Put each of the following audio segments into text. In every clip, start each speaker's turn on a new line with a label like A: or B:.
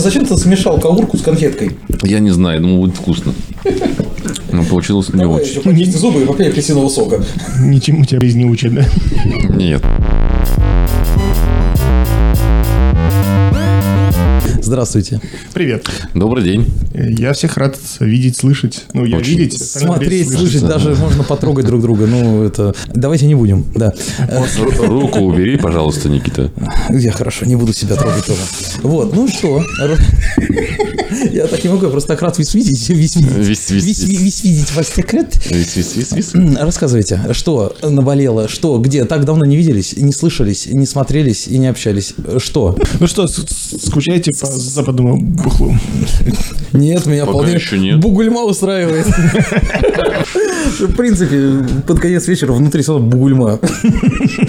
A: зачем ты смешал каурку с конфеткой?
B: Я не знаю, думал, будет вкусно. Но получилось не
C: Ну,
A: Давай
B: очень.
A: еще Э, почисти зубы и попей апельсинового сока.
D: Ничему тебя жизнь не учит, да?
B: Нет.
C: Здравствуйте.
D: Привет.
B: Добрый день.
D: Э, Я всех рад видеть, слышать. Ну, я
B: Очень.
D: видеть. остальное
C: Смотреть,
D: время
C: слышать, даже можно потрогать друг друга. Ну, это... Давайте не будем, да. Э,
B: Ру- Руку убери, пожалуйста, Никита.
C: Я хорошо, не буду себя трогать тоже. Вот, ну что. Ру- Я так не могу, я просто так рад весь видеть. Весь видеть.
B: Вис, вис,
C: Весь ви-
B: вис.
C: весь видеть ваш секрет.
B: Вис, вис, вис, вис.
C: Рассказывайте, что наболело, что, где, так давно не виделись, не слышались, не смотрелись и не общались. Что?
D: Ну что, с- с- скучаете по западному бухлу?
C: Нет, меня
B: Пока
C: вполне
B: еще нет.
C: бугульма устраивает. В принципе, под конец вечера внутри села бугульма.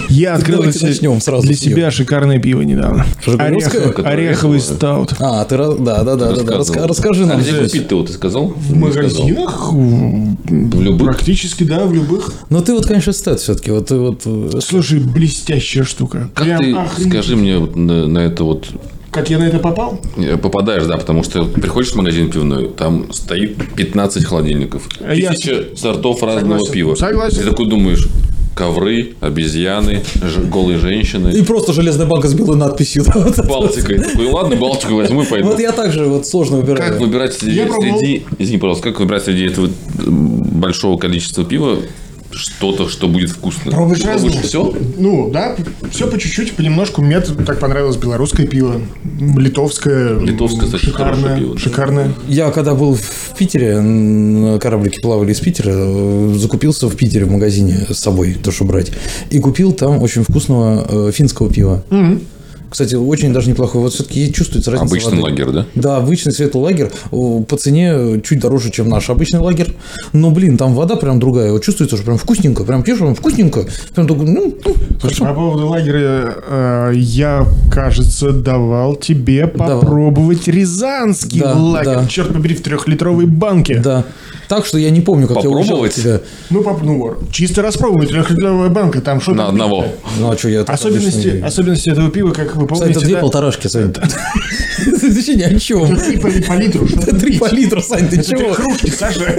D: Я открыл
C: давайте
D: для, се-
C: начнем сразу
D: для
C: с неё.
D: себя шикарное пиво недавно.
C: Жигулевское?
D: Орехов- ореховый стаут.
C: А, ты раз- да, да, да, да, да. Раска-
B: Рассказывал.
C: Расскажи
B: А
C: нам.
B: где
C: Жень.
B: купить ты вот, ты сказал?
D: В магазинах? В
B: В любых?
D: Практически, да, в любых.
C: Ну ты вот, конечно, стат все-таки. Вот ты вот. э,
D: Слушай, блестящая штука.
B: Как
D: Прям
B: ты,
D: охрен-
B: скажи мне, вот на, на это вот
D: Как я на это попал?
B: э, попадаешь, да, потому что приходишь в магазин пивной, там стоит 15 холодильников,
D: А я-
B: тысяча сортов разного
D: Согласен,
B: пива.
D: согласен.
B: Ты такой думаешь, ковры, обезьяны, ж- голые женщины,
C: И просто железная банка с белой надписью. да, вот это вот.
B: Балтика. И такой, ладно, Балтику возьму и пойду.
C: Вот я также вот сложно
B: Как
C: выбираю.
B: выбирать среди,
D: Я пробовал.
B: среди- извини, пожалуйста, как выбирать среди этого м, большого количества пива что-то, что будет вкусно?
D: Пробуешь
B: Ты
D: разное.
B: все?
D: Ну, да, все по чуть-чуть, понемножку. Мне т- так понравилось белорусское пиво, м, литовское. м,
B: Литовское, кстати,
D: шикарное.
B: хорошее пиво, да.
D: Шикарное.
C: Я когда был в Питере, м, на кораблике плавали из Питера, э, закупился в Питере в магазине с собой, то, что брать. И купил там очень вкусного э, финского пива. Кстати, очень даже неплохой. Вот все-таки чувствуется разница. воды.
B: Обычный лагерь, да?
C: Да, обычный светлый лагерь о, по цене чуть дороже, чем наш обычный лагерь. Но, блин, там вода прям другая. Вот чувствуется, что прям вкусненько. Прям пьешь, прям вкусненько. Прям такой, ну, ну,
D: Слушай, по поводу лагеря, э, я, кажется, давал тебе попробовать рязанский
C: Да,
D: лагерь.
C: да.
D: Черт побери, в трехлитровой банке.
C: да. Так что я не помню, как я уезжал от
B: Попробовать?
C: тебя.
D: Ну, поп- ну, чисто распробовать трехлитровая банка, там что
B: На
D: там
B: одного.
D: пить-то?
C: Ну, а что я... так обычно
D: Особенности,
C: не-
D: особенности этого пива, как вы помните,
C: Это две
D: да?
C: полторашки, Сань. Ты че, ни о чем.
D: Три по, Типа, по литру, что там
C: Три
D: пить?
C: по литру, Сань, ты
D: Это три
C: чего?
D: кружки, Саша.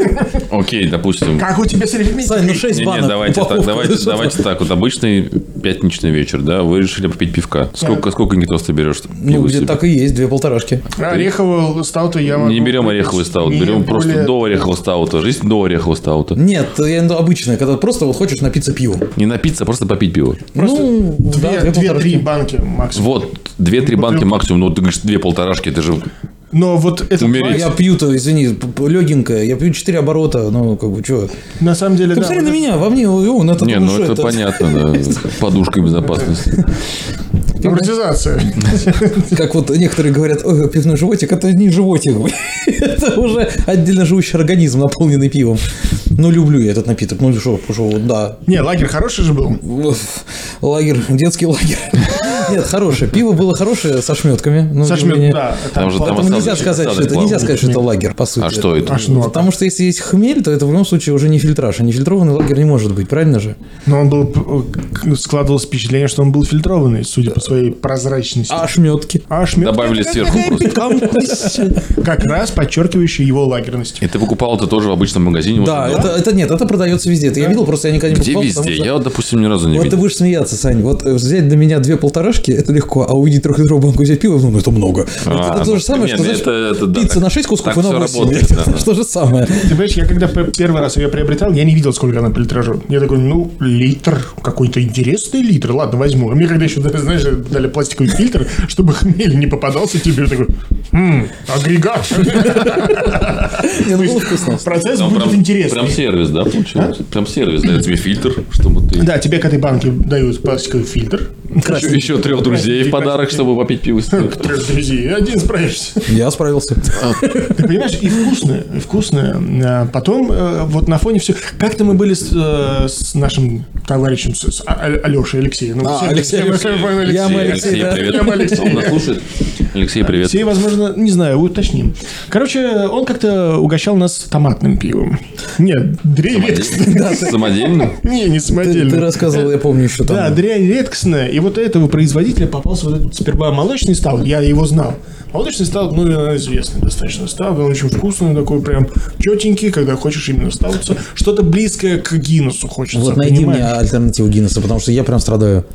B: Окей, допустим.
D: Как у тебя с арифметикой?
C: Сань, ну шесть
B: Не,
C: банок.
B: не, давайте так,
C: упаковка.
B: давайте,
C: Что там?
B: давайте так. Вот обычный пятничный вечер, да, вы решили попить пивка. Сколько, сколько Никитос ты берешь?
C: Ну,
B: пива
C: где
B: себе?
C: так и есть, две полторашки.
D: Орехового стаута я могу
B: Не берем ореховый
D: купить.
B: стаут,
D: Не
B: берем
D: более-
B: просто до орехового стаута. Жизнь до орехового стаута.
C: Нет, я ну, обычная, когда просто вот хочешь напиться пивом.
B: Не напиться, а просто попить пиво.
C: Ну, да,
D: Две-
C: две полторашки.
D: Две-три банки максимум.
B: Вот, 2-3 банки максимум, ну ты говоришь, две полторашки, это же
D: Но вот это
B: Умереть.
C: Я пью-то, извини, п- п- легенькая, я пью 4 оборота, ну, как бы, что.
D: на самом
C: Ты
D: деле... да,
C: посмотри
D: вот
C: на
D: это-
C: меня, во мне, ой, он это
B: Не,
C: ну,
B: ну
C: что
B: это понятно, да. Подушка безопасности.
D: Амортизация.
C: Как вот некоторые говорят, ой, пивной животик, это не животик. это уже отдельно живущий организм, наполненный пивом. Ну, люблю я этот напиток, ну, что, что, вот, да.
D: Не, лагерь хороший же был.
C: Уф, Лагерь, детский лагерь. Нет, хорошее. Пиво было хорошее со шметками. ну,
D: Со
C: тем не менее.
D: шмет, да.
B: Там же
C: Поэтому
B: Там
C: нельзя
B: осадочек,
C: сказать, что
B: осадок
C: это, нельзя
B: плавал.
C: сказать, что это лагерь, по сути.
B: А что это?
D: А что, ну, а
C: Потому что если есть хмель, то это в любом случае уже не фильтраж, а не фильтрованный лагерь не может быть, правильно же?
D: Но он был... э, Складывалось впечатление, что он был фильтрованный, судя по своей прозрачности.
C: А ошметки.
D: А шмет-
B: Добавили сверху просто.
D: Как раз подчеркивающий его лагерность.
B: И ты покупал это тоже в обычном магазине? вот
C: Да,
B: это?
C: это, это нет, это продается везде. Это я видел, просто я никогда не
B: Где
C: покупал. потому
B: везде?
C: что-
B: Я, вот, допустим, ни разу не
C: Вот ты
B: видел.
C: будешь смеяться, Сань. Вот э, взять для меня две полторашки, это легко, а увидеть трехлитровую банку взять пива, ну, это много.
B: А,
C: это то же самое,
B: нет,
C: что,
B: это-
C: знаешь,
B: это да,
C: пицца
B: так-
C: на 6 кусков
B: так
C: и на
B: всё
C: 8.
B: работает, да, да.
C: Это то же самое.
D: Ты понимаешь, я когда п- первый раз ее приобретал, я не видел, сколько она по литражу. Я такой, ну, литр, какой-то интересный литр, ладно, возьму. А мне когда еще, знаешь, дали пластиковый фильтр, чтобы хмель не попадался тебе, я такой, «М, агрегат.
C: Не, ну, было вкусно.
D: Процесс
B: Там
D: будет
B: прям, прям
D: интересный.
B: сервис, да, получается? Прям сервис дает тебе фильтр, чтобы ты...
D: Да, тебе к этой банке дают пластиковый фильтр.
B: Еще, трех друзей в подарок, чтобы попить пиво с ним.
D: Трёх друзей, один справишься.
C: Я справился.
D: Ты понимаешь, и вкусное, и вкусное. А Потом э, вот на фоне все. Как-то мы были с, э, с нашим товарищем, с, с А- А- Алешей Алексеем. Ну,
C: А,
D: все-
C: Алексей,
D: все мы
C: Алексей.
D: знаем Алексея.
C: Я мы Алексей, да.
B: привет.
D: Я мы Алексей.
B: Он нас слушает. Алексей, привет.
D: Алексей, возможно, не знаю, уточним. Короче, он как-то угощал нас томатным пивом. Нет, дрянь редкостная.
B: Самодельно?
D: Не, не
C: Ты
D: самодельно.
C: ты рассказывал, я помню еще
D: Да,
C: там.
D: дрянь редкостная. И вот этого производителя попался вот этот сперва молочный стал, я его знал. Молочный стал, ну, э, известный достаточно стал, он очень вкусный, такой прям четенький, когда хочешь именно сталкиваться. Что-то близкое к Гиннесу хочется,
C: Вот найди мне
D: понимаешь?
C: альтернативу Гиннесса, потому что я прям страдаю.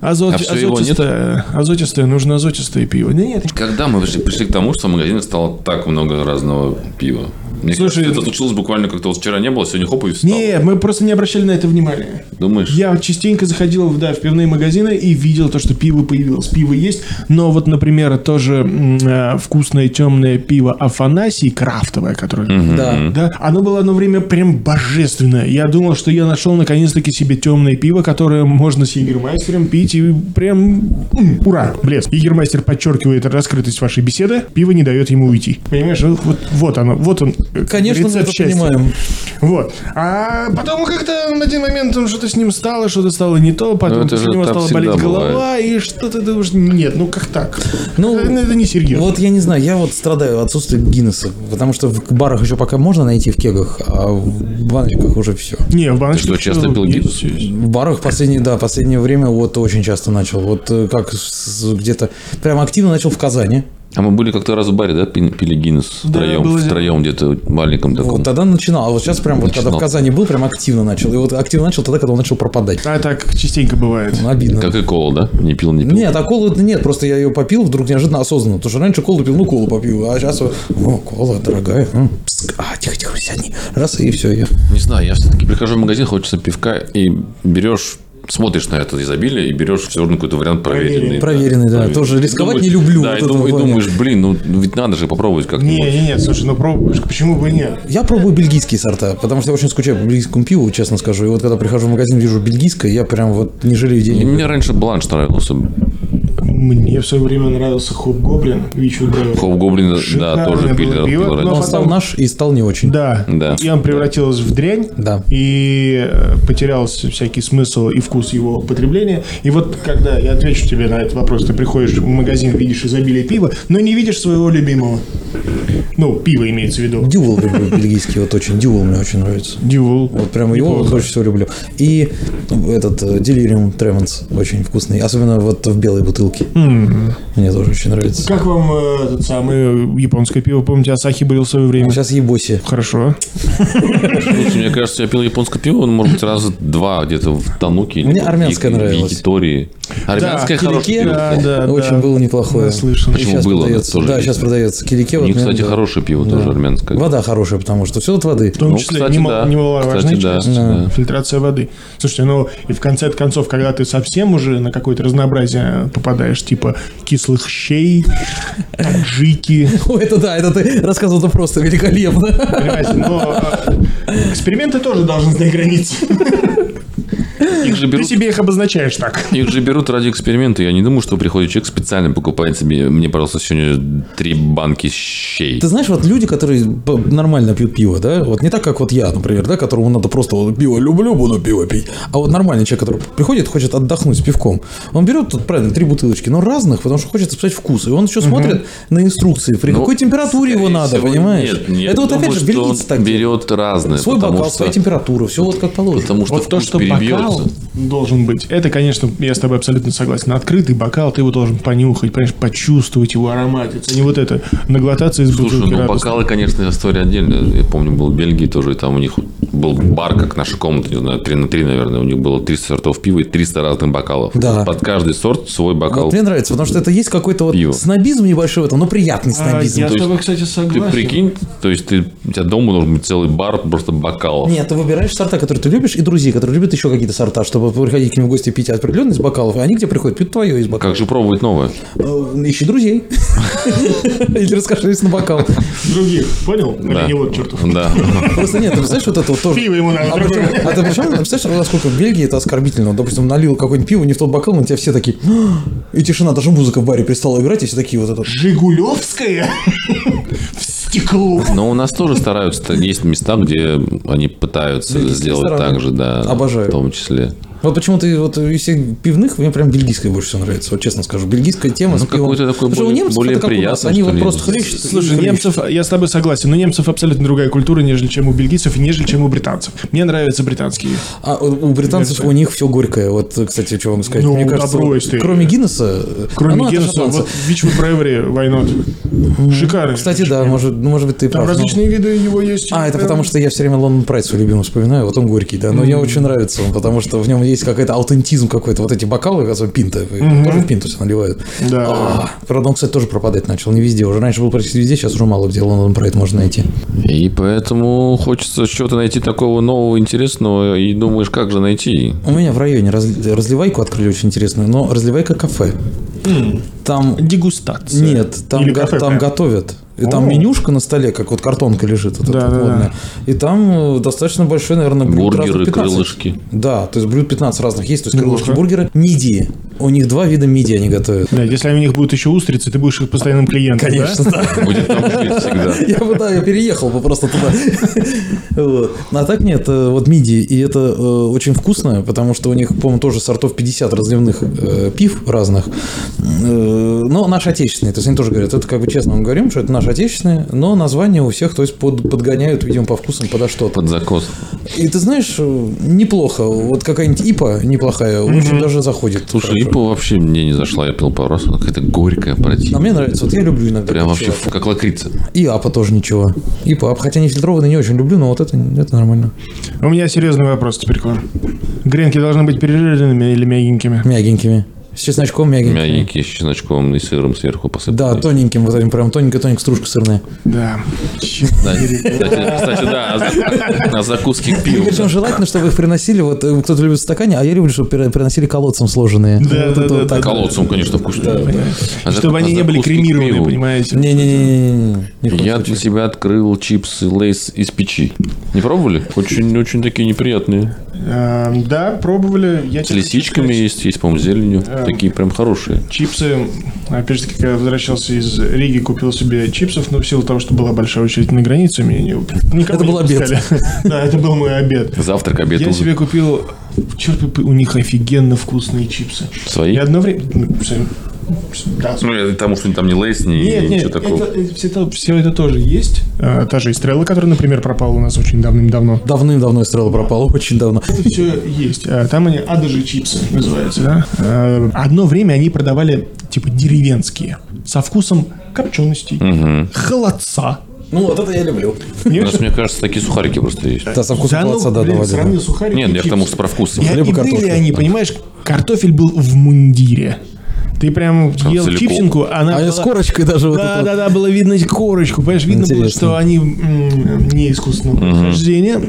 D: Азот,
B: А всё, его нет?
D: азотистое, азотистое, нужно азотистое пиво. Да нет,
B: Когда мы пришли, пришли к тому, что в магазинах стало так много разного пива? Мне
D: Слушай,
B: кажется, это случилось буквально как-то вот вчера не было, сегодня хоп и встало.
D: не, мы просто не обращали на это внимания.
B: Думаешь?
D: Я частенько заходил в, да, в пивные магазины и видел то, что пиво появилось. Пиво есть, но вот, например, тоже м, э, вкусное темное пиво Афанасий, крафтовое, которое...
C: Да.
D: Да, оно было одно время прям божественное. Я думал, что я нашел наконец-таки себе темное пиво, которое можно с егермайстером пить и прям м, ура, блеск. Егермайстер подчеркивает раскрытость вашей беседы, пиво не дает ему уйти. Понимаешь, вот, вот, вот оно, вот он. э,
C: Конечно, мы
D: рецепт
C: это
D: счастья.
C: понимаем.
D: Вот. А потом как-то на один момент он что-то с ним стало, что-то стало не то,
B: Ну,
D: потом
B: это
D: с
B: же
D: него
B: так
D: стала
B: всегда
D: болеть
B: бывает.
D: голова, и что-то ты уж нет, ну как так?
C: Ну,
D: это, это не серьезно.
C: Вот я не знаю, я вот страдаю отсутствием Гиннесса, потому что в барах еще пока можно найти в кегах, а в баночках уже все.
D: Не, в баночке
B: что, часто
D: всё
B: пил
D: есть.
C: В барах последнее, да, последнее время вот очень часто начал. Вот э, как с- где-то прям активно начал в Казани.
B: А мы были как-то раз в баре, да, пи- пили Гиннес
D: Да,
B: втроем,
D: было дело.
B: втроем где-то маленьком таком.
C: Вот тогда начинал. А вот сейчас прям вот когда
B: Начинал.
C: в Казани был, прям активно начал. И вот активно начал тогда, когда он начал пропадать.
D: А так частенько бывает.
C: Ну, Обидно.
B: Как и кола, да? Не пил, не пил.
C: Нет, а колу это нет, просто я ее попил вдруг неожиданно осознанно. Потому что раньше колу пил, ну колу попил, а сейчас о, кола дорогая. м, пс, А, тихо-тихо, сядни. Раз, и все.
B: Не знаю, я все-таки прихожу в магазин, хочется пивка, и берешь смотришь на это изобилие и берешь все равно какой-то вариант проверенный.
C: Проверенный, да. Тоже рисковать
B: Думаешь-
C: не люблю
B: Да,
C: вот
B: и,
C: этого
B: дум- и
C: плана.
B: думаешь, блин, ну ведь надо же попробовать
D: Не,
B: как-нибудь.
D: не, не, слушай, ну пробуешь, почему бы и нет?
C: Я пробую бельгийские сорта, потому что я очень скучаю по бельгийскому пиву, честно скажу. И вот когда прихожу в магазин, вижу бельгийское, я прям вот не жалею денег.
B: Мне раньше бланш нравился.
D: Мне в свое время нравился Хоп Гоблин, Вичу Брэвер.
B: Хоп Гоблин, да, Ну,
D: Шикарное
B: тоже
D: было
B: пили,
D: пиво,
B: пил
D: но
B: раньше.
C: Он стал
D: потом-
C: наш и стал не очень.
D: Да.
B: Да.
D: И он превратилась в дрянь.
C: Да.
D: И э, потерялся всякий смысл и вкус его потребления. И вот когда я отвечу тебе на этот вопрос, ты приходишь в магазин, видишь изобилие пива, но не видишь своего любимого. Ну, пиво имеется в виду.
C: Дювал люблю бельгийский, вот очень. Дювал мне очень нравится.
D: Дюл.
C: Вот прям его
D: Неплохо.
C: больше всего люблю. И этот э, Delirium Tremens очень вкусный. Особенно вот в белой бутылке. Мне тоже очень нравится.
D: Как вам э, этот самый э, японское пиво? Помните, Асахи был в свое время?
C: Сейчас ебоси.
D: Хорошо.
B: Слушай, Мне кажется, я пил японское пиво, ну, может быть, раза два где-то в Тануке. или
C: Мне
B: в
C: армянское
B: Ек-
C: нравилось.
B: В Якитории. Армянское
D: Да,
B: хорошее
C: кирике,
B: пиво.
D: Да,
B: кстати.
D: да,
C: Очень
D: да.
C: было неплохое.
D: Наслышан.
B: Почему
C: Сейчас
B: было,
C: продается.
B: тоже
C: Да,
B: есть.
C: сейчас продается. Кирике
B: У
C: вот
B: них,
C: мне-
B: кстати,
C: да.
B: хорошее пиво тоже армянское.
C: Вода хорошая, потому что все от воды.
D: В том
B: Ну,
D: числе
B: кстати,
D: немал-
B: да.
D: немаловажная
B: Кстати, да,
D: часть,
B: да.
D: фильтрация воды. Слушайте, ну и в конце концов, когда ты совсем уже на какое-то разнообразие попадаешь, типа кислых щей, таджики,
C: Ой, это да, это ты рассказывал, это просто великолепно.
D: понимаете, но э, эксперименты тоже должны знать границы.
B: Их же
D: Ты
B: берут
D: себе их обозначаешь так.
B: Их же берут ради эксперимента. Я не думаю, что приходит человек специально покупает себе. Мне, пожалуйста, сегодня три банки щей.
C: Ты знаешь, вот люди, которые п- нормально пьют пиво, да, вот не так, как вот я, например, да, которому надо просто вот пиво люблю, буду пиво пить, а вот нормальный человек, который приходит, хочет отдохнуть с пивком, он берет тут, правильно, три бутылочки, но разных, потому что хочет испытать вкус, и он еще смотрит на инструкции, при
B: Ну,
C: какой температуре его
B: Скорее
C: надо,
B: всего,
C: понимаешь?
B: Нет, нет.
C: Это вот
B: Думаю,
C: опять же
B: что
C: бельгийцы
B: он
C: так делают.
B: берет разные.
C: Свой
B: потому
C: бокал,
B: что-
C: своя температура, все вот как положено.
B: Потому что
D: Вот то,
B: вкус
D: что бокал
B: перебьется.
D: должен быть, это, конечно, я с тобой абсолютно согласен. Открытый бокал, ты его должен понюхать, понимаешь, почувствовать его ароматицу, а не вот это, наглотаться из бутылки.
B: Слушай, ну
D: радостно.
B: бокалы, конечно, история отдельная. Я помню, был в Бельгии тоже, и там у них был бар, как наша комната, не знаю, 3 на 3, наверное. У них было 300 сортов пива и 300 разных бокалов.
C: Да.
B: Под каждый сорт свой бокал.
C: Вот мне нравится, потому что это есть какой-то вот
B: Пиво.
C: снобизм небольшой в этом, но приятный
D: А,
C: снобизм.
D: Я с
B: есть
D: тобой, кстати,
B: ты
D: согласен.
B: прикинь, то есть ты, у тебя дома должен быть целый бар просто бокалов.
C: Нет, ты выбираешь сорта, которые ты любишь, и друзей, которые любят еще какие-то сорта, чтобы приходить к ним в гости пить определенный из бокалов, а они где приходят, пьют твое из бокала.
B: Как же пробовать новое?
C: Э, Ищи друзей. Или раскошелись на бокал.
D: Других, понял?
B: Да.
D: Или не вот, чертов.
B: Да.
C: Просто нет, ты знаешь, вот это вот тоже.
D: Пиво ему надо
C: А причем-
D: другое.
C: а ты причем, представляешь, насколько в Бельгии это оскорбительно. Вот, Допустим, налил какое-нибудь пиво не в тот бокал, на тебя все такие... «А!» И тишина, даже музыка в баре перестала играть, и все такие вот это...
D: Жигулевская в стекло.
B: Но у нас тоже стараются. Есть места, где они пытаются
C: Бельгийские
B: сделать
C: рестораны.
B: так же, да.
C: Обожаю.
B: В том числе.
C: Вот почему-то и вот из всех пивных мне прям бельгийская больше всего нравится, вот честно скажу. Бельгийская тема
B: Ну,
C: с пивом.
B: какой-то такой
C: Потому что у
B: более-
C: немцев
B: более
C: это как у нас,
B: приятный,
C: Они
B: что
C: вот
B: ли.
C: просто хлещут. и
D: Слушай,
C: хлещут.
D: немцев, я с тобой согласен, но немцев абсолютно другая культура, нежели чем у бельгийцев, и нежели чем у британцев. Мне нравятся британские.
C: А у у британцев у них все горькое. Вот, кстати, что вам сказать.
D: Ну,
C: Мне кажется,
D: добро,
C: вот
D: если-
C: кроме Гиннесса, э, оно
D: Кроме
C: от
D: Геннесса,
C: шотландцев.
D: вот Вичвуд Брайвери, Вайнот. Шикарный.
C: Кстати, да, может, ну, может быть, ты
D: Там
C: прав. но-
D: различные виды его есть.
C: А, это потому что я все время Лондон Прайд свой любимый вспоминаю, вот он горький, да. Но мне очень нравится он, потому что в нем есть какой-то аутентизм какой-то. Вот эти бокалы, особенно пинта, тоже в пинту все наливают.
D: Да.
C: А, Правда, он, кстати, тоже пропадать начал, не везде. Уже раньше был практически везде, сейчас уже мало где Лондон Прайд можно найти.
B: И поэтому хочется чего-то найти такого нового, интересного, и думаешь, как же найти?
C: У меня в районе раз- разливайку открыли очень интересную, но разливайка кафе. Там
D: Дегустация.
C: Нет, там,
D: э, Или
C: го-
D: кафе
C: там
D: прям.
C: готовят. И там
D: О.
C: менюшка на столе, как вот картонка лежит. Вот эта
D: Да-да-да.
C: модная. И там э, достаточно большой, наверное, блюд
B: Бургеры,
C: разных 15.
B: крылышки.
C: Да, то есть блюд 15 разных есть. То есть крылышки,
D: Неплохо.
C: бургеры, мидии. У них два вида мидии они готовят.
D: Да, если у них будут еще устрицы, ты будешь их постоянным клиентом,
C: Конечно, да.
B: Будет там жить всегда.
C: Я бы, да, я переехал бы просто туда. Вот. А так нет, э, вот мидии, и это э, очень вкусно, потому что у них, по-моему, тоже сортов 50 разливных э, пив разных, Э, но наши отечественные, то есть они тоже говорят, это как бы честно мы говорим, что это наши отечественные, но название у всех, то есть под- подгоняют, видимо, по вкусам подо что-то.
B: Под закос.
C: И ты знаешь, э, неплохо, вот какая-нибудь ипа неплохая, очень даже заходит.
B: Слушай,
C: хорошо.
B: ипа вообще мне не зашла, я пил пару раз, она какая-то горькая,
C: А
B: противная.
C: мне нравится, вот я люблю иногда.
B: Прям
C: пить
B: вообще
C: чего-то.
B: фу, как лакрица.
C: И апа тоже ничего. И пап, хотя не фильтрованный не очень люблю, но вот это, это нормально.
D: да? У меня серьезный вопрос теперь к вам. Гренки должны быть пережаренными или мягенькими?
C: Мягенькими. С чесночком мягенькими.
B: Мягенькие, с чесночком и сыром сверху посыпанные.
C: Да, тоненьким, вот этим прям тоненькая-тоненькая стружка сырная.
D: Да.
B: Да, Кстати, кстати, да, о зак- о закуске к
C: И
B: пиву.
C: причем желательно, чтобы их приносили, вот э, кто-то любит в стакане, а я люблю, чтобы пер- приносили колодцем сложенные.
D: Да,
C: вот
D: да,
C: это
D: да,
C: вот
D: да,
C: так.
B: Колодцем, конечно, вкусно. А зак-
D: Чтобы
B: а
D: они не были
B: закуски к
D: кремированные,
B: пиву.
D: понимаете?
C: Не-не-не. ни в коем
B: Я для
C: случае.
B: себя открыл чипсы лейс из печи. Не пробовали? Очень-очень такие неприятные.
D: А, Да, пробовали. Я
B: С лисичками есть, есть, по-моему, с зеленью. Такие прям хорошие.
D: Чипсы. Опять же, таки, когда я возвращался из Риги, купил себе чипсов, но в силу того, что была большая очередь на границе, меня не
C: Это был обед.
D: Да, это был мой обед.
B: Завтрак, обед,
D: Я
B: ужин.
D: себе купил... Черт, попы- у них офигенно вкусные чипсы.
B: Свои?
D: Я одно время... ну, с- да, с-
B: Ну, я- потому что там не лейс, ни
D: Нет, нет,
B: ничего
D: это,
B: такого.
D: это- все, это, все это тоже есть. А, та же Истрелла, которая, например, пропала у нас очень давным-давно.
C: Давным-давно стрела пропала, очень давно.
D: Это все есть. А, Там они «А даже чипсы называются, да? А, Одно время они продавали, типа, деревенские. Со вкусом копченостей, холодца.
C: Ну, вот это я люблю.
B: У нас, мне кажется, такие сухарики просто есть.
C: Да, со вкусом
D: Да ну,
C: колодца, да,
D: блин,
C: доводит.
D: сравнил сухарики
B: Нет,
D: и
B: я к тому,
D: чипсы.
B: что про вкус.
D: Я, и
C: Хлеб и
D: были
C: картошка.
D: они, понимаешь, картофель был в мундире. Ты прям ел
B: целиком.
D: чипсинку, она
C: А
D: была-
C: с корочкой даже вот
D: Да,
C: это
D: да, да, было видно корочку. Понимаешь, видно было,
C: Интересно.
D: что они м, не искусственного происхождения.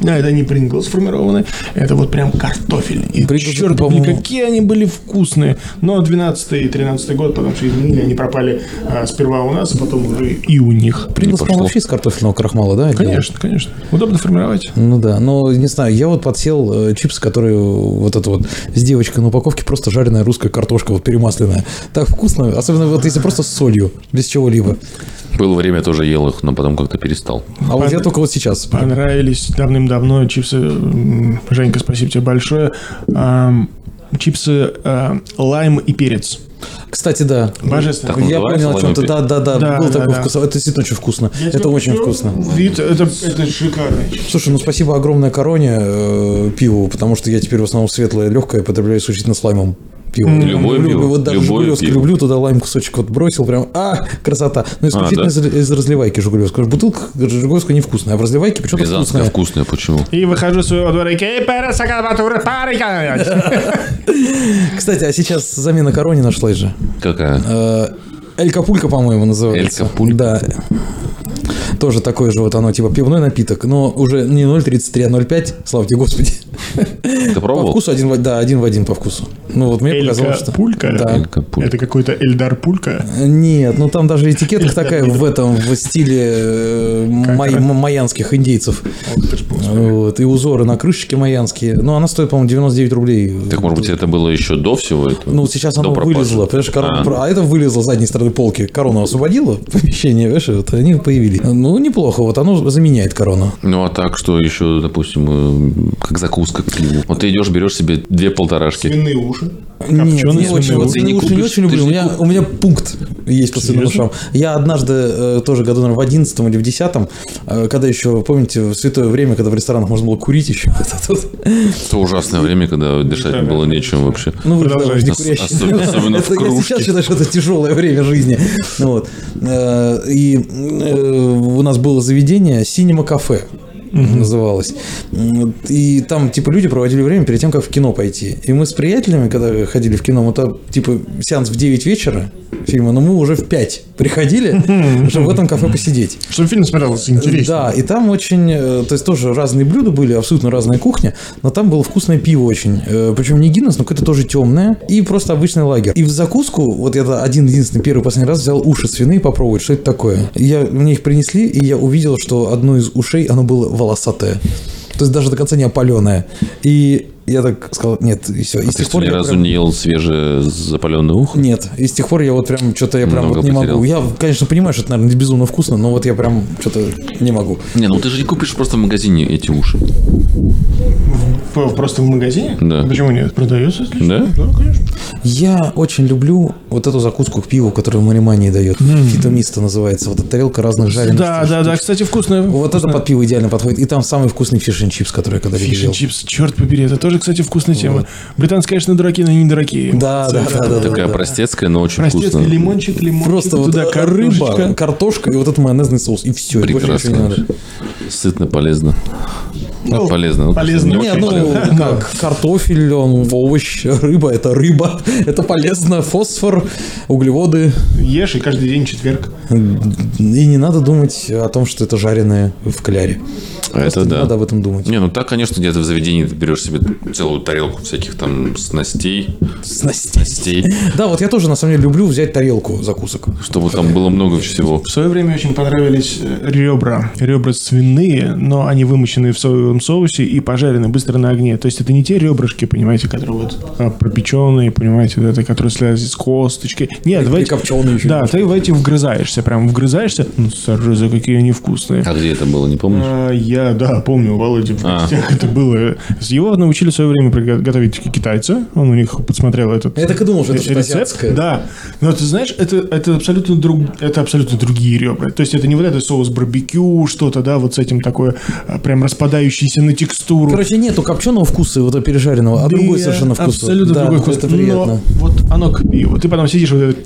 D: Да, это не Принглс сформированы. Это вот прям картофель. И
C: Pringles,
D: черт,
C: по-моему-
D: блин, какие они были вкусные. Но 12 и 13 год, потому что изменили, они пропали а, сперва у нас, а потом уже и у них.
C: вот. Принглс, по-моему,
B: пошло.
C: вообще из картофельного крахмала, да? отделан?
D: Конечно, конечно. Удобно формировать.
C: Ну да, но не знаю, я вот подсел э, чипсы, которые э, вот это вот с девочкой на упаковке, просто жареная русская картошка, вот перемасленная. Так вкусно, особенно вот если просто с солью, без чего-либо.
B: Было время, я тоже ел их, но потом как-то перестал.
C: А вот я только вот сейчас.
D: Понравились давным-давно чипсы. м, Женька, спасибо тебе большое. Ам, Чипсы а, лайм и перец.
C: Кстати, да.
D: Божественно.
B: Так,
C: Я
B: называется
C: понял о чем-то. Да,
B: лайм-пи-
C: да, да,
D: Да,
C: был
D: да,
C: такой
D: да.
C: вкус. Это действительно очень вкусно. это очень вкусно.
D: Вид, это, это шикарный чипс.
C: Слушай, ну спасибо огромное короне э, пиву, потому что я теперь в основном светлое, легкое потребляю исключительно с лаймом. Пиво.
B: Любое
C: люблю,
B: пиво,
C: Вот даже
B: любое
C: Жигулевский
B: пиво.
C: люблю, туда лайм кусочек вот бросил, прям, а, красота. Но исключительно
B: А, да?
C: из, из разливайки Жигулевского. Бутылка Жигулевская невкусная, а в разливайке почему-то
B: Рязанская
C: вкусная.
B: вкусная, почему?
D: И выхожу из своего двора и «Кей, перец, акалбатура, парика!»
C: Кстати, а сейчас замена короне нашлась же.
B: Какая?
D: А,
C: Э, Эль Капулька, по-моему, называется.
B: Эль Капулька.
C: Да. Тоже такое же вот оно, типа пивной напиток, но уже не 0,33, а 0,5, слава тебе, Господи.
B: Ты
C: По
B: пробовал?
C: вкусу один, в один- да, один в один по вкусу. Ну вот мне показалось, что...
D: Элька-пулька?
C: Да.
B: Элька Пуль.
D: Это какой-то Эльдар Пулька.
C: Нет, ну там даже этикетка такая в этом, в стиле э, май- м- майянских индейцев.
D: Вот, ты ж помнишь.
C: Вот, и узоры на крышечке майянские. Но она стоит, по-моему, 99 рублей.
B: Так, может быть, это было еще до всего этого?
C: Ну, вот сейчас оно
B: До пропажи.
C: вылезло, понимаешь, корона, про- а. это вылезло с задней стороны полки. Корону освободила помещение, понимаешь, и вот они появились. Ну, неплохо, вот оно заменяет корону.
B: Ну, а так, что еще, допустим, э, как вкус как к пиву. Вот ты идешь, берешь себе две полторашки.
D: Свиные уши.
C: Нет,
D: Копчёные
C: не
D: свиные
C: очень. Вот
D: уши.
B: Ты
C: свиные
B: не
C: уши не
B: купишь,
C: очень
B: ты
C: люблю.
B: же
C: У
B: не
C: меня,
B: купишь.
C: у меня пункт есть по свиным
D: Серьезно?
C: ушам. Я однажды, э, тоже году, наверное, в 11 или в 10 э, когда еще, помните, в святое время, когда в ресторанах можно было курить еще. вот это вот.
B: Это ужасное время, когда дышать
D: Правильно.
B: было нечем вообще.
C: Ну, вы
D: Продолжайте.
C: не
B: Ос- особенно- особенно в
C: Я
B: кружке.
C: сейчас считаю, что это тяжелое время жизни. Ну Вот. Э, И э, у нас было заведение «Синема кафе» называлось. М, И там, типа, люди проводили время перед тем, как в кино пойти. И мы с приятелями, когда ходили в кино, мы там, типа, сеанс в 9 вечера фильма, но мы уже в 5 приходили, чтобы в этом кафе посидеть.
D: Чтобы фильм смотрелся интересно.
C: Да, и там очень, э, то есть тоже разные блюда были, абсолютно разная кухня, но там было вкусное пиво очень. Э, Причем не Гиннес, но какое-то тоже темное. И просто обычный лагерь. И в закуску, вот я это один единственный первый последний раз взял уши свиные попробовать, что это такое. И Я, мне их принесли, и я увидел, что одно из ушей, оно было волосатое. То есть даже до конца не опаленное. И я так сказал, нет, и все. и
B: А
C: с
B: ты
C: тех
B: что,
C: пор
B: ни
C: я
B: разу
C: прям-
B: не ел свежее запаленное ухо?
C: нет, и с тех пор я вот прям что-то я прям
B: Много
C: вот не
B: потерял.
C: могу. Я, конечно, понимаю, что это, наверное, безумно вкусно, но вот я прям что-то не могу.
B: Не, ну ты же не купишь просто в магазине эти уши.
D: П- Просто в магазине?
B: Да.
D: А Почему нет? Продается?
B: Да?
D: Да, конечно.
C: Я очень люблю вот эту закуску к пиву, которую Маримания дает. Фитомисто называется. Вот эта тарелка разных жареных.
D: Да,
C: штук.
D: да, да. Кстати, вкусно.
C: ну, Вот это под пиво идеально подходит. И там самый вкусный фиш-н-чипс, который я когда-либо
D: Фиш и
C: ел.
D: чипс, черт побери, это тоже, кстати, вкусная тема. Британцы, конечно, дураки, но не дураки.
C: Да, да, да, да, да,
B: Такая
C: да.
B: простецкая, но очень
D: Простецкий
B: вкусная.
D: лимончик, лимончик,
C: Просто вот
D: туда
C: э, рыба,
D: картошечка.
C: картошка и вот этот майонезный соус. И все, больше ничего не
B: Прекрасно.
C: надо.
B: Сытно, полезно. Ну,
D: Ну,
B: полезно. Ну,
D: полезно.
B: не
D: Не,
B: очень
C: Нет, ну
B: полезно.
C: как, картофель, он овощ, рыба, это рыба, это полезно, фосфор, углеводы.
D: Ешь и каждый день четверг.
C: И не надо думать о том, что это жареное в кляре.
B: А
C: Просто
B: это
C: не
B: да.
C: надо об этом думать.
B: Не, ну так, конечно, где-то в заведении ты берешь себе целую тарелку всяких там снастей,
C: Снасти.
B: снастей,
C: Да, вот я тоже на самом деле люблю взять тарелку закусок.
B: чтобы там было много всего.
D: В свое время очень понравились э, ребра. Ребра свиные, но они вымочены в соевом соусе и пожарены быстро на огне. То есть это не те ребрышки, понимаете, которые вот а, пропеченные, понимаете, вот это, которые слезли с косточки. Нет, в эти-
C: прикопчённые ещё
D: Да, ты в эти вгрызаешься, прям вгрызаешься. Ну, за какие они вкусные.
B: А где это было, не помнишь?
D: А, Я, да, помню, у Володи в
B: А.
D: гостях это было. Его научили в свое время приго- готовить ки- китайцы. Он у них подсмотрел этот
C: Я так и думал, что это
D: э,
C: что-то азиатское.
D: Да, но ты знаешь, это, это, абсолютно друг, это абсолютно другие ребра. То есть это не вот этот соус барбекю, что-то, да, вот с этим такое а, прям распадающееся на текстуру.
C: Короче, нету копченого вкуса и вот этого пережаренного, а
D: Да,
C: другой совершенно вкус.
D: Абсолютно
C: да,
D: другой вкус.
C: Это приятно.
D: Но вот оно к пиву. Ты потом сидишь вот этот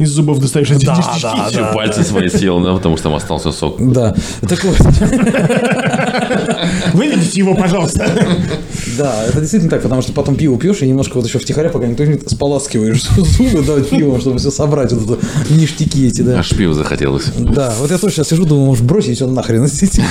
D: из зубов достаешь эти
C: Да,
D: десятички.
C: да,
B: Еще пальцы свои съел, да, потому что там остался сок.
C: Да, так вот,
D: Выведите его, пожалуйста.
C: да, это действительно так, потому что потом пиво пьешь и немножко вот еще втихаря, пока никто не споласкиваешь зубы, да, пивом, чтобы все собрать, вот это ништяки эти, да.
B: Аж пиво захотелось.
C: Да, вот я тоже сейчас сижу, думаю, может бросить он нахрен эти.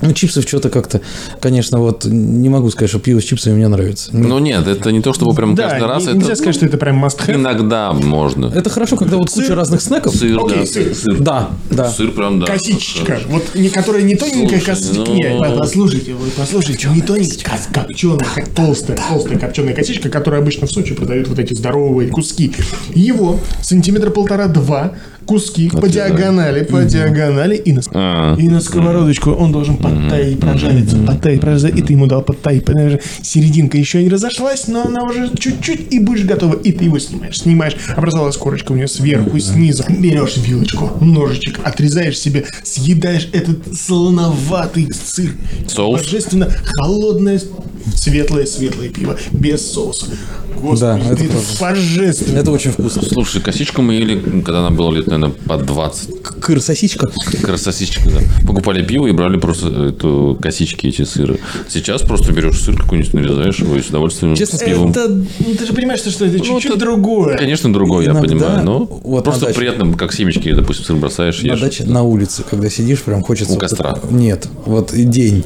C: Ну, чипсов что-то как-то, конечно, вот не могу сказать, что пиво с чипсами мне нравится.
B: Ну нет, это не то, чтобы прям каждый раз.
D: не- нельзя
B: это ну,
D: сказать, что это прям must have.
B: иногда можно.
C: Это хорошо, когда вот куча разных снеков.
B: Сыр,
D: Окей,
B: да,
D: сыр.
B: сыр.
C: Да, да.
B: Сыр прям, да.
D: Косичка. Вот не которая не тоненькая
B: Слушай,
D: косичка.
B: ну-
D: Нет, по- послушайте, вы послушайте, не тоненькая, кос- копченая, ко- толстая, толстая копченая косичка, которую обычно в Сочи продают вот эти здоровые куски. Его сантиметра полтора-два куски по диагонали, по диагонали и на, ск-
B: А.
D: и на сковородочку он должен подтаять, прожариться, подтаять, прожариться, и ты ему дал подтаять, подтаять. серединка еще не разошлась, но она уже чуть-чуть и будешь готова, и ты его снимаешь, снимаешь, образовалась корочка у нее сверху и снизу, берешь вилочку, ножичек, отрезаешь себе, съедаешь этот солоноватый сыр,
B: Соус?
D: божественно холодное светлое-светлое пиво без соуса. Господи,
C: Да, это
D: это божественно.
C: Это очень вкусно.
B: Слушай, косичку мы ели, м, когда нам было лет, наверное, по 20.
C: К- Кыр сосичка.
B: Красосичка, да. Покупали пиво и брали просто эту, косички эти сыры. Сейчас просто берешь сыр какой-нибудь, нарезаешь его и с удовольствием
C: Честно,
B: с пивом.
C: это
D: Ну, ты же понимаешь, что это чуть-чуть
B: это-
D: другое.
B: Конечно, другой, я
C: Иногда
B: понимаю, но
C: вот
B: просто
C: на даче.
B: приятно, как семечки, допустим, сыр бросаешь,
C: на
B: ешь.
C: даче на улице, когда сидишь, прям хочется.
B: У
C: вот
B: костра.
C: это- Нет, вот и день.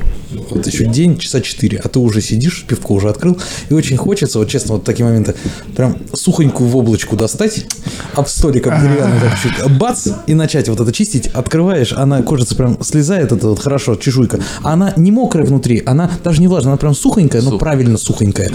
C: Вот еще день, часа четыре, а ты уже сидишь, пивко уже открыл, и очень хочется, вот честно, вот такие моменты, прям сухонькую в облачку достать, об столик, об деревянный, так чуть, бац, и начать вот это чистить, открываешь, она, кожица прям слезает, это вот хорошо, чешуйка, она не мокрая внутри, она даже не влажная, она прям сухонькая, но правильно сухонькая,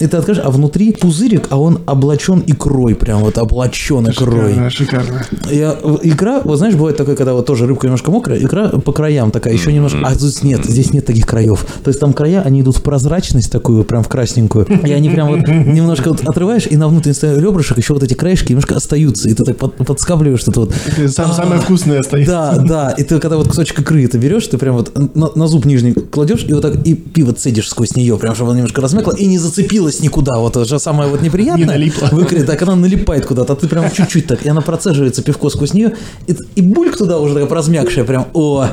C: и ты откажешь, а внутри пузырик, а он облачен икрой, прям вот облачен икрой.
D: Шикарно, шикарно.
C: Я, в- икра, вот знаешь, бывает такая, когда вот тоже рыбка немножко мокрая, икра по краям такая, еще немножко, а здесь нет, здесь нет таких краев. То есть там края, они идут в прозрачность такую, прям в красненькую, и они прям вот немножко вот отрываешь, и на внутренней стороне ребрышек еще вот эти краешки немножко остаются, и ты так под- подскабливаешь это вот.
D: Сам- Самое вкусное остается.
C: Да, да, и ты когда вот кусочек икры это берешь, ты прям вот на, на зуб нижний кладешь, и вот так и пиво цедишь сквозь нее, прям чтобы она немножко размякла, и не зацепилась никуда. Вот это же самое вот неприятное.
D: Не налипла.
C: в икре, так она налипает куда-то, а ты прям чуть-чуть так, и она процеживается пивко сквозь нее, и, и бульк туда уже такая прозмякшая, прям, о,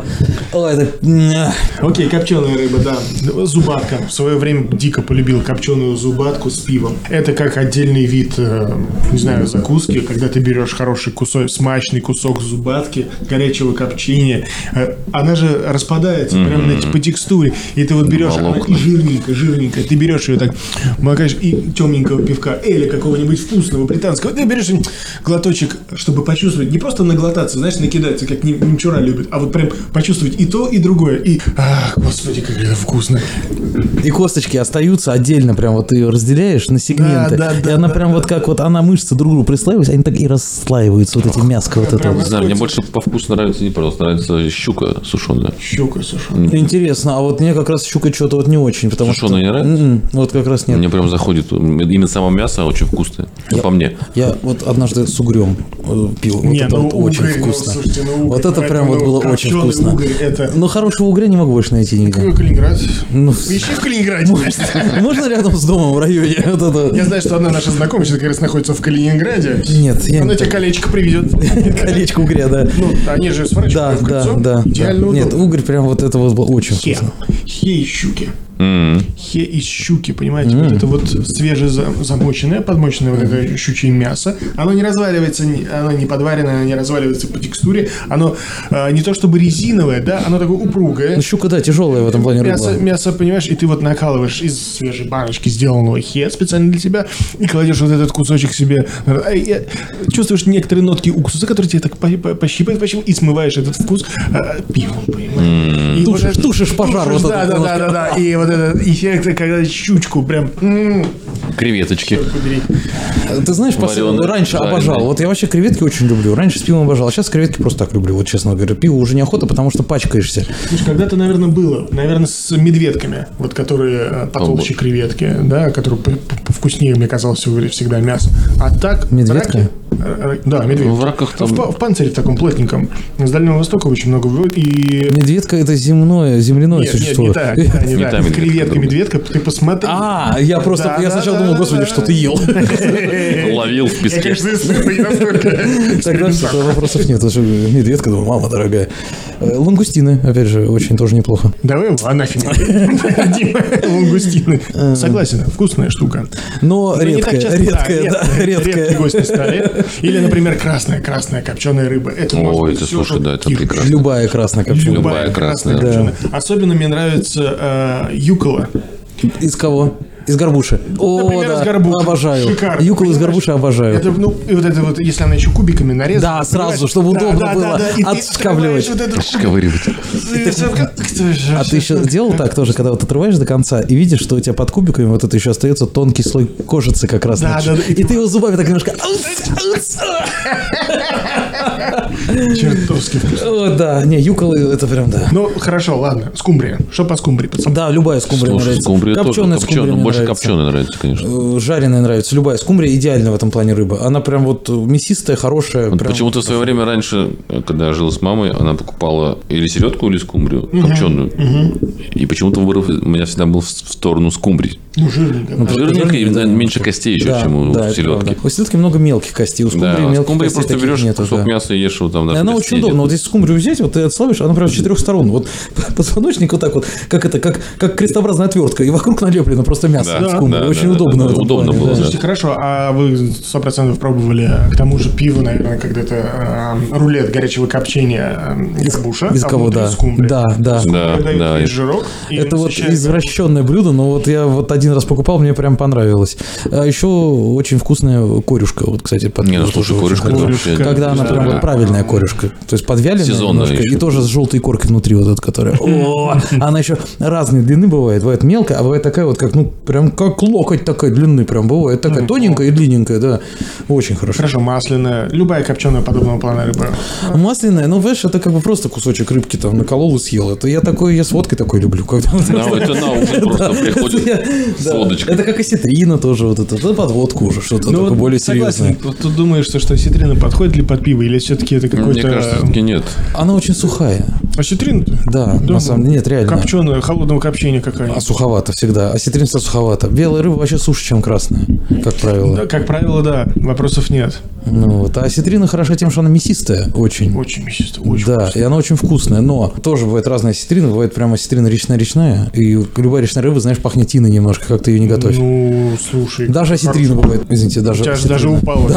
C: о, это... м,
D: Окей, копченая рыба, да. Зубатка. В свое время дико полюбил копченую зубатку с пивом. Это как отдельный вид, э, не знаю, закуски, когда ты берешь хороший кусок, смачный кусок зубатки, горячего копчения. Э, Она же распадается прямо на, по текстуре. И ты вот берешь, она
B: Волокна.
D: и жирненькая, жирненькая. Ты берешь ее так, макаешь и темненького пивка, или какого-нибудь вкусного британского. Ты берешь и глоточек, чтобы почувствовать, не просто наглотаться, знаешь, накидаться, как нем- немчура любит, а вот прям почувствовать и то, и другое. И, ах, господи, как это вкусно.
C: И косточки остаются отдельно, прям вот ты ее разделяешь на сегменты,
D: да,
C: и
D: да,
C: она
D: да,
C: прям вот как вот, она мышцы друг к другу прислаиваются, они так и расслаиваются, вот эти мяско вот это
B: Не
C: вот.
B: знаю, мне больше по вкусу нравится, не пожалуйста, нравится щука сушеная.
D: Щука, слушай.
C: Интересно, а вот мне как раз щука что-то вот не очень, потому что...
B: Сушеная не нравится?
C: М-м, Вот как раз нет.
B: Мне прям заходит. Именно само мясо очень вкусное. Ну, По мне.
C: Я вот однажды с угрем э, пил. Вот
D: Не,
C: это
D: ну,
C: вот очень
D: угорь, ну,
C: вкусно.
D: слушайте, ну, угорь,
C: вот это
D: ну,
C: прям
D: это,
C: вот
D: ну,
C: было очень
D: копченый
C: вкусно.
D: угорь, это-
C: Ну, хорошего угря не могу больше найти нигде.
D: Калининград.
C: Ну,
D: Ищи в Калининграде.
C: можно рядом с домом в районе? Вот это-
D: Я знаю, что одна наша знакомая сейчас как раз находится в Калининграде.
C: Нет, я
D: Она
C: не-
D: тебе колечко приведет.
C: Колечко угря, да.
D: Ну, они же
C: Да,
D: сворачивают в
C: да,
D: кольцо.
C: да.
D: Идеально
C: Нет,
D: удобно.
C: угорь прям вот это вот было очень
D: Хе.
C: вкусно.
D: Хе и щуки.
B: М.
D: Хе из щуки, понимаете? Вот это вот свежезамоченное, подмоченное вот это щучье мясо. Оно не разваливается, не- оно не подваренное, оно не разваливается по текстуре. Оно э, не то чтобы резиновое, да, оно такое упругое.
C: Ну, щука, да, тяжелая в этом плане рыба.
D: Мясо, мясо, понимаешь, и ты вот накалываешь из свежей баночки сделанного хе специально для тебя и кладешь вот этот кусочек себе. А, и, э, Чувствуешь некоторые нотки уксуса, которые тебе так по- по- пощипают, почему, и смываешь этот вкус а, пивом, понимаешь. И вот
C: Тушишь-
D: это-
C: тушишь пожар
D: тушишь,
C: вот
D: да,
C: этот
D: да, да, да, да. И вот этот эффект, когда щучку прям... м,
B: Креветочки.
D: побери.
C: Ты знаешь, пос-
B: Вареные,
C: раньше
B: жареные.
C: обожал. Вот я вообще креветки очень люблю. Раньше с пивом обожал, а сейчас креветки просто так люблю. Вот честно говоря, пиво уже неохота, потому что пачкаешься.
D: Слушай, когда-то, наверное, было. Наверное, с медведками, вот которые э, потолще
B: О,
D: креветки, да, которые п- п- повкуснее, мне казалось, всё время всегда мясо. А так...
C: Медведка?
D: раки- э, э, Да, медведка.
B: Ну, в раках там-
D: В, па- в панцире в таком плотненьком. С Дальнего Востока очень много вывод, и...
C: Медведка это земное, земляное
D: Нет, нет,
C: существо.
D: не так, не так, не
B: Не
D: так.
B: та медведка,
D: Креветка,
B: другая.
D: медведка, ты посмотри.
C: А, я просто,
D: Да,
C: я
D: да,
C: сначала
D: да,
C: думал,
D: да,
C: господи,
D: да.
C: что ты ел.
B: Ловил в
D: Я,
B: песке.
D: конечно, если не настолько
C: Тогда
D: экспериментал.
C: что, вопросов нет. Это же медведка, думаю, мама дорогая. Э, Лангустины, опять же, очень тоже неплохо.
D: Давай его анафеме. Дима, лангустины. Согласен, вкусная штука.
C: Но
D: Ну, не так
C: редкая,
D: часто,
C: редкая, да,
D: Редкие
C: редкая.
D: гости стали. Или, например, красная, красная копченая рыба. Это
B: О,
D: может быть
B: это,
D: всё,
B: слушай,
D: что
B: да, это
D: кир-
B: прекрасно.
C: Любая красная копченая.
B: Любая красная.
D: копчёная. Особенно мне нравится э, юкола.
C: Из кого? Из горбуши. О,
D: Ну, Например,
C: да,
D: из горбуши.
C: обожаю.
D: Шикарно.
C: Юколу из
D: Понимаешь?
C: горбуши обожаю.
D: Это, ну, и вот это вот, если она еще кубиками нарезана.
C: Да, сразу,
D: понимаешь?
C: чтобы
D: Да,
C: удобно
D: да, да,
C: было
D: да. И ты
C: отскабливать.
D: открываешь вот этот э, кубик.
B: Шковыривать.
D: И всё, как- кто же
C: А ты
D: вообще-
C: еще делал так тоже, когда вот отрываешь до конца и видишь, что у тебя под кубиками вот это еще остается тонкий слой кожицы как раз.
D: Да,
C: нач-
D: да, да.
C: и ты его зубами так немножко... «Аус, аус, а».
D: Чертовски вкусно.
C: О, да, не, юколы это прям да.
D: Ну, хорошо, ладно. Скумбрия. Что по скумбрии, пацаны?
C: Да, любая скумбрия
B: Слушай,
C: нравится.
B: скумбрия тоже.
C: копченая скумбрия
B: Копченая.
C: мне
B: Больше
C: нравится.
B: копченая нравится, конечно.
C: Э, Жареная нравится. Любая скумбрия идеально в этом плане рыба. Она прям вот э, мясистая, хорошая. Ну, прям-
B: Почему-то в свое время раньше, когда я жил с мамой, она покупала или середку, или скумбрию, копченую. И почему-то выбор у меня всегда был в в сторону скумбрии.
D: Ну, жирненько.
B: Жирненько и наверное, меньше костей еще,
C: Да,
B: чем у
C: да, это
B: селедки.
C: правда. У селедки много мелких костей, у скумбрии
B: Да,
C: мелких
B: скумбрии
C: костей
B: просто
C: таких
B: берешь
C: нету,
B: кусок
C: да.
B: мясо ешь, вот там
C: И
B: даже
C: она очень
B: костей
C: удобна.
B: нет.
C: Вот здесь скумбрию взять, вот ты отславишь, она прям с четырех сторон. Вот позвоночник вот так вот, как это, как, как крестообразная отвертка, и вокруг налеплено просто мясо
B: Да,
C: от скумбрии.
B: да,
C: очень
B: да,
C: удобно.
B: да,
C: в этом
B: удобно
C: плане,
B: было,
C: да.
B: да.
D: Слушайте, хорошо, а вы 100% пробовали а, к тому же пиво, наверное, когда-то а, рулет горячего копчения а, из буша.
C: Без
D: а
C: кого,
D: внутри
C: да.
D: скумбрия.
C: Да, да.
B: Да,
D: Добавляют
B: да.
D: весь жирок. и
C: Это
D: он
C: вот
D: защищает.
C: извращенное блюдо, но вот я вот один раз покупал, мне прям понравилось. А еще очень вкусная корюшка. Вот, кстати, под
B: Не, ну
C: вот
B: слушай,
C: тоже очень
B: корюшка, это
C: вкусная.
B: вообще...
C: Когда она
B: да,
C: прям
B: да.
C: вот правильная корюшка. То есть подвяленная
B: Сезонная
C: немножко,
B: еще.
C: и тоже с желтой коркой внутри вот эта, которая. О, она еще разной длины бывает. Бывает мелкая, а бывает такая вот, как, ну, прям как локоть такой длины прям бывает. Такая тоненькая и длинненькая, да. Очень хорошо.
D: Хорошо, масляная, любая копченая подобного плана рыба.
C: Масляная, ну, понимаешь, это как бы просто кусочек рыбки там наколол и съел. Это я такой, я с водкой такой люблю. Когда вот
B: Да, это на ужин просто приходит с
C: Да.
B: водочкой.
C: Это как осетрина тоже, вот это, это под водку уже, что-то такое
D: Ну вот
C: более
D: согласен,
C: серьезное.
D: вот Тут думаешь, что, что осетрина подходит ли под пиво, или все-таки это
B: Мне кажется,
D: какой-то... эм,
B: все-таки нет.
C: Она очень сухая,
D: Осетрина?
C: да, на самом деле, нет, реально.
D: Копченая, холодного копчения
C: А
D: какая-нибудь.
C: суховато всегда, осетрина всегда суховато. Белая рыба вообще суше, чем красная, как правило.
D: Да, как правило, да, вопросов нет.
C: Ну, вот. А осетрина хороша тем, что она мясистая очень.
D: Очень мясисто, очень
C: да, и она очень вкусная, но тоже бывает разная осетрина, бывает прямо осетрина речная-речная, и любая речная рыба, знаешь, пахнет тиной немножко, как ты ее не готовишь.
D: Ну, слушай.
C: даже осетрина бывает, извините,
D: У
C: даже
D: тебя же
C: осетрина.
D: даже упало.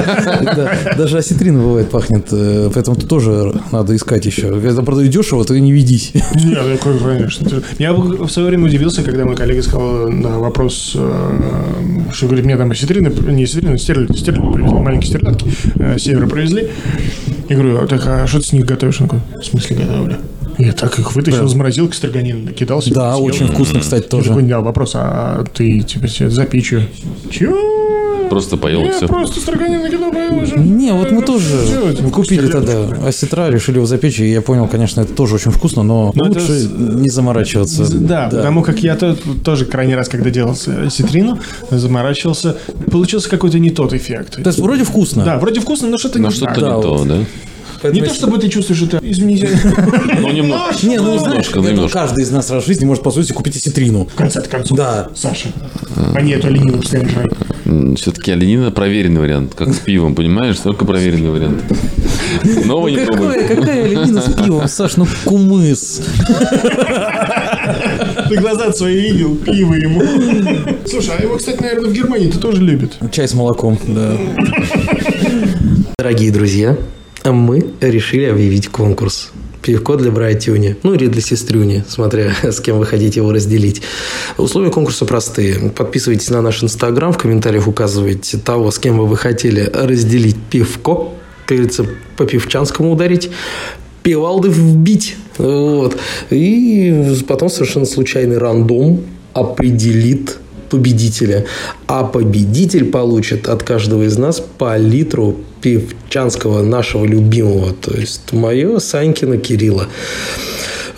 C: Да, даже осетрина бывает пахнет, э, поэтому тут тоже надо искать еще. Когда продают дешево, то и не ведись.
D: Нет, ну, как, конечно. Ты- Я в свое время удивился, когда мой коллега сказал на вопрос, э, что говорит, мне там осетрины, не осетрины, стерлядь, стерлядь привезли, маленькие стерлядки, э, с севера привезли. Я говорю, «А так, а что ты с них готовишь? Он такой, в смысле готовлю? Я так их вытащил из морозилки, строганин кидался.
C: Да, очень вкусно, кстати,
D: Такой,
C: тоже.
D: да, вопрос, а ты типа себе запечу? Чего?
B: Просто поел и все.
D: Я просто строганин накидал, поел уже.
C: Не, вот мы тоже
D: Чё это?
C: купили
D: Стерлядочка,
C: тогда
D: блин.
C: осетра, решили его запечь, и я понял, конечно, это тоже очень вкусно, но
D: Но Ну, это
C: лучше
D: с-
C: не заморачиваться.
D: Да, потому как я то- тоже крайний раз, когда делал с- э, ситрину, заморачивался, получился какой-то не тот эффект.
C: То есть вроде вкусно.
D: Да, вроде вкусно, но что-то
B: Но
D: не
B: Ну, что-то
D: так.
C: Да,
B: не то, да?
D: Не
C: Поэтому
D: то,
C: если-
D: чтобы ты чувствуешь, что ты... Извините.
B: Ну, немножко.
C: Не, ну знаешь,
B: Немножко,
C: я думаю,
B: немножко.
C: каждый из нас раз в жизни может позволить себе купить осетрину.
D: В конце концов.
C: Да.
D: Саша. А нет, то ленивый постоянно жрать.
B: Все-таки оленина проверенный вариант, как с пивом, понимаешь? Только проверенный вариант. Нового не пробуй.
C: Какое, какая оленина с пивом, Саш, ну кумыс.
D: Ты глаза свои видел, пиво ему. Слушай, а его, кстати, наверное, в Германии-то тоже любят.
C: Чай с молоком, да.
E: Дорогие друзья, мы решили объявить конкурс. Пивко для братюни, ну или для сестрюни, смотря с кем вы хотите его разделить. Условия конкурса простые. Подписывайтесь на наш инстаграм, в комментариях указывайте того, с кем бы вы хотели разделить пивко. Как говорится, по пивчанскому ударить пивалды вбить. Вот. И потом совершенно случайный рандом определит победителя. А победитель получит от каждого из нас по литру пивчанского нашего любимого. То есть мое, Санькина, Кирилла.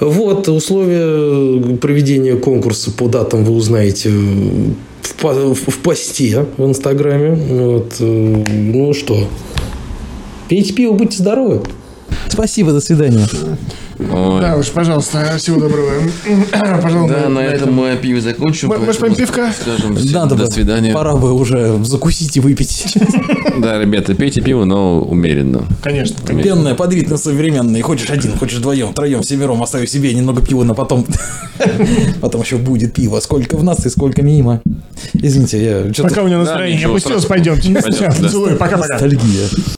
E: Вот, условия проведения конкурса по датам вы узнаете в, по- в посте в Инстаграме. Вот. э, Ну что, пейте пиво, будьте здоровы.
C: Спасибо, до свидания.
B: Ой.
D: Да уж, пожалуйста, всего доброго. Пожалуй,
B: Да, на этом мы пиво закончим.
D: Мы- мы ж
B: поэтому
D: пьем пивка.
B: Скажем, всем
C: Надо
B: до
C: бы.
B: свидания.
C: Пора бы уже закусить и выпить.
B: Да, ребята, пейте пиво, но умеренно.
D: Конечно.
C: Пенное под ритм современный. Хочешь один, хочешь вдвоем, троем, семером. Оставлю себе немного пива на потом. Потом еще будет пиво. Сколько в нас и сколько мимо. Извините, я что-то...
D: Пока у меня настроение
B: ничего
D: опустилось,
B: страшного.
D: пойдемте.
B: Пойдем, да.
D: Целую, пока-пока.
C: Ностальгия.